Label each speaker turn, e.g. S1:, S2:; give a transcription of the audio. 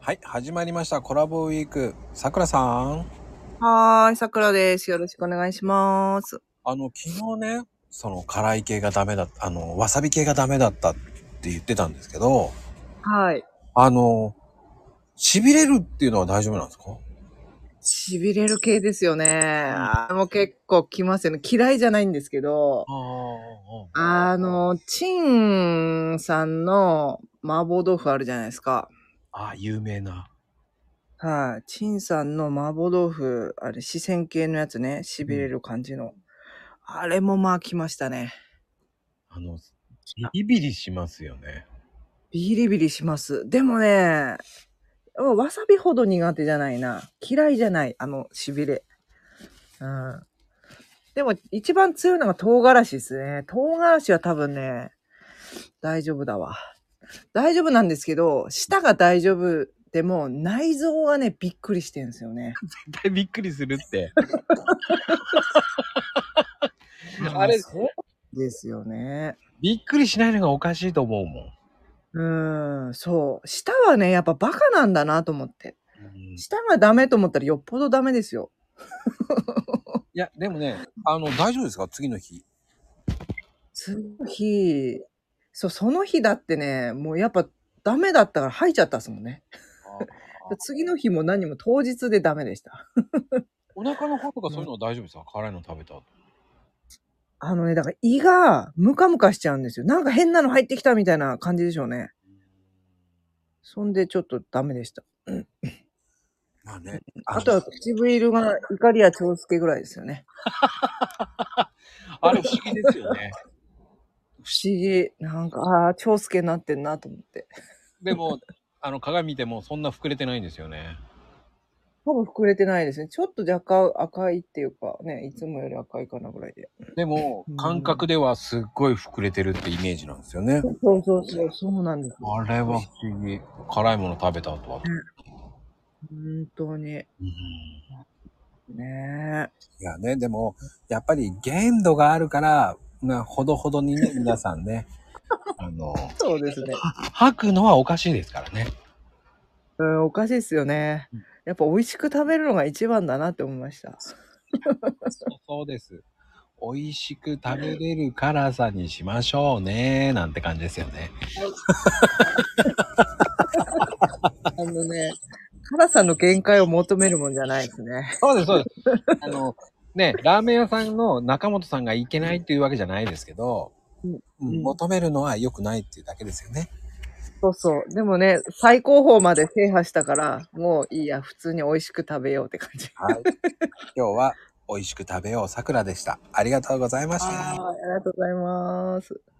S1: はい、始まりました。コラボウィーク。さくらさん。
S2: はーい、さくらです。よろしくお願いします。
S1: あの、昨日ね、その辛い系がダメだあの、わさび系がダメだったって言ってたんですけど、
S2: はい。
S1: あの、痺れるっていうのは大丈夫なんですか
S2: 痺れる系ですよね。あーもう結構きますよね。嫌いじゃないんですけど、
S1: あ
S2: あの、チンさんの麻婆豆腐あるじゃないですか。
S1: あ。ああ、有名な。
S2: はい、チンさんの麻婆豆腐、あれ、四川系のやつね、痺れる感じの。あれもまあ来ましたね。
S1: あの、ビリビリしますよね。
S2: ビリビリします。でもね、わさびほど苦手じゃないな。嫌いじゃない。あの、しびれ。うん。でも、一番強いのが唐辛子ですね。唐辛子は多分ね、大丈夫だわ。大丈夫なんですけど、舌が大丈夫でも、内臓がね、びっくりしてるんですよね。
S1: 絶 対びっくりするって。
S2: あれですよね。
S1: びっくりしないのがおかしいと思うもん。
S2: うん、そう。舌はね、やっぱバカなんだなと思って。舌がダメと思ったらよっぽどダメですよ。
S1: いや、でもね、あの、大丈夫ですか次の日。
S2: その日、そう、その日だってね、もうやっぱダメだったから吐いちゃったっすもんね。次の日も何も当日でダメでした。
S1: お腹の方とかそういうのは大丈夫ですか辛いの食べた後。
S2: あのね、だから胃がムカムカしちゃうんですよ。なんか変なの入ってきたみたいな感じでしょうね。そんでちょっとダメでした。
S1: まあね。
S2: あとは唇が怒りや長介ぐらいですよね。
S1: あれ不思議ですよね。
S2: 不思議。なんか、ああー、長介になってんなと思って。
S1: でも、あの、鏡見てもそんな膨れてないんですよね。
S2: 多分膨れてないですね。ちょっと若干赤いっていうか、ね、いつもより赤いかなぐらいで。
S1: でも
S2: うん、
S1: 感覚ではすっごい膨れてるってイメージなんですよね。
S2: そうそうそう、そうなんです。
S1: あれは不思議。辛いもの食べた後は。
S2: 本当に。ね
S1: うん
S2: え。
S1: いやね、でも、やっぱり限度があるから、まあ、ほどほどに ね、皆さんね。あの、
S2: そうですね。
S1: 吐くのはおかしいですからね。
S2: うん、おかしいですよね。やっぱ美味しく食べるのが一番だなって思いました。
S1: そうそうです。美味しく食べれる辛さにしましょうね、なんて感じですよね。
S2: あのね、辛さの限界を求めるもんじゃないですね。
S1: そうです、そうです。あの、ね、ラーメン屋さんの中本さんがいけないっていうわけじゃないですけど、
S2: うん
S1: うん求めるのは良くないっていうだけですよね。
S2: そうそう。でもね、最高峰まで制覇したから、もういいや、普通に美味しく食べようって感じ。
S1: はい。今日は美味しく食べようさくらでした。ありがとうございました。
S2: はい、ありがとうございます。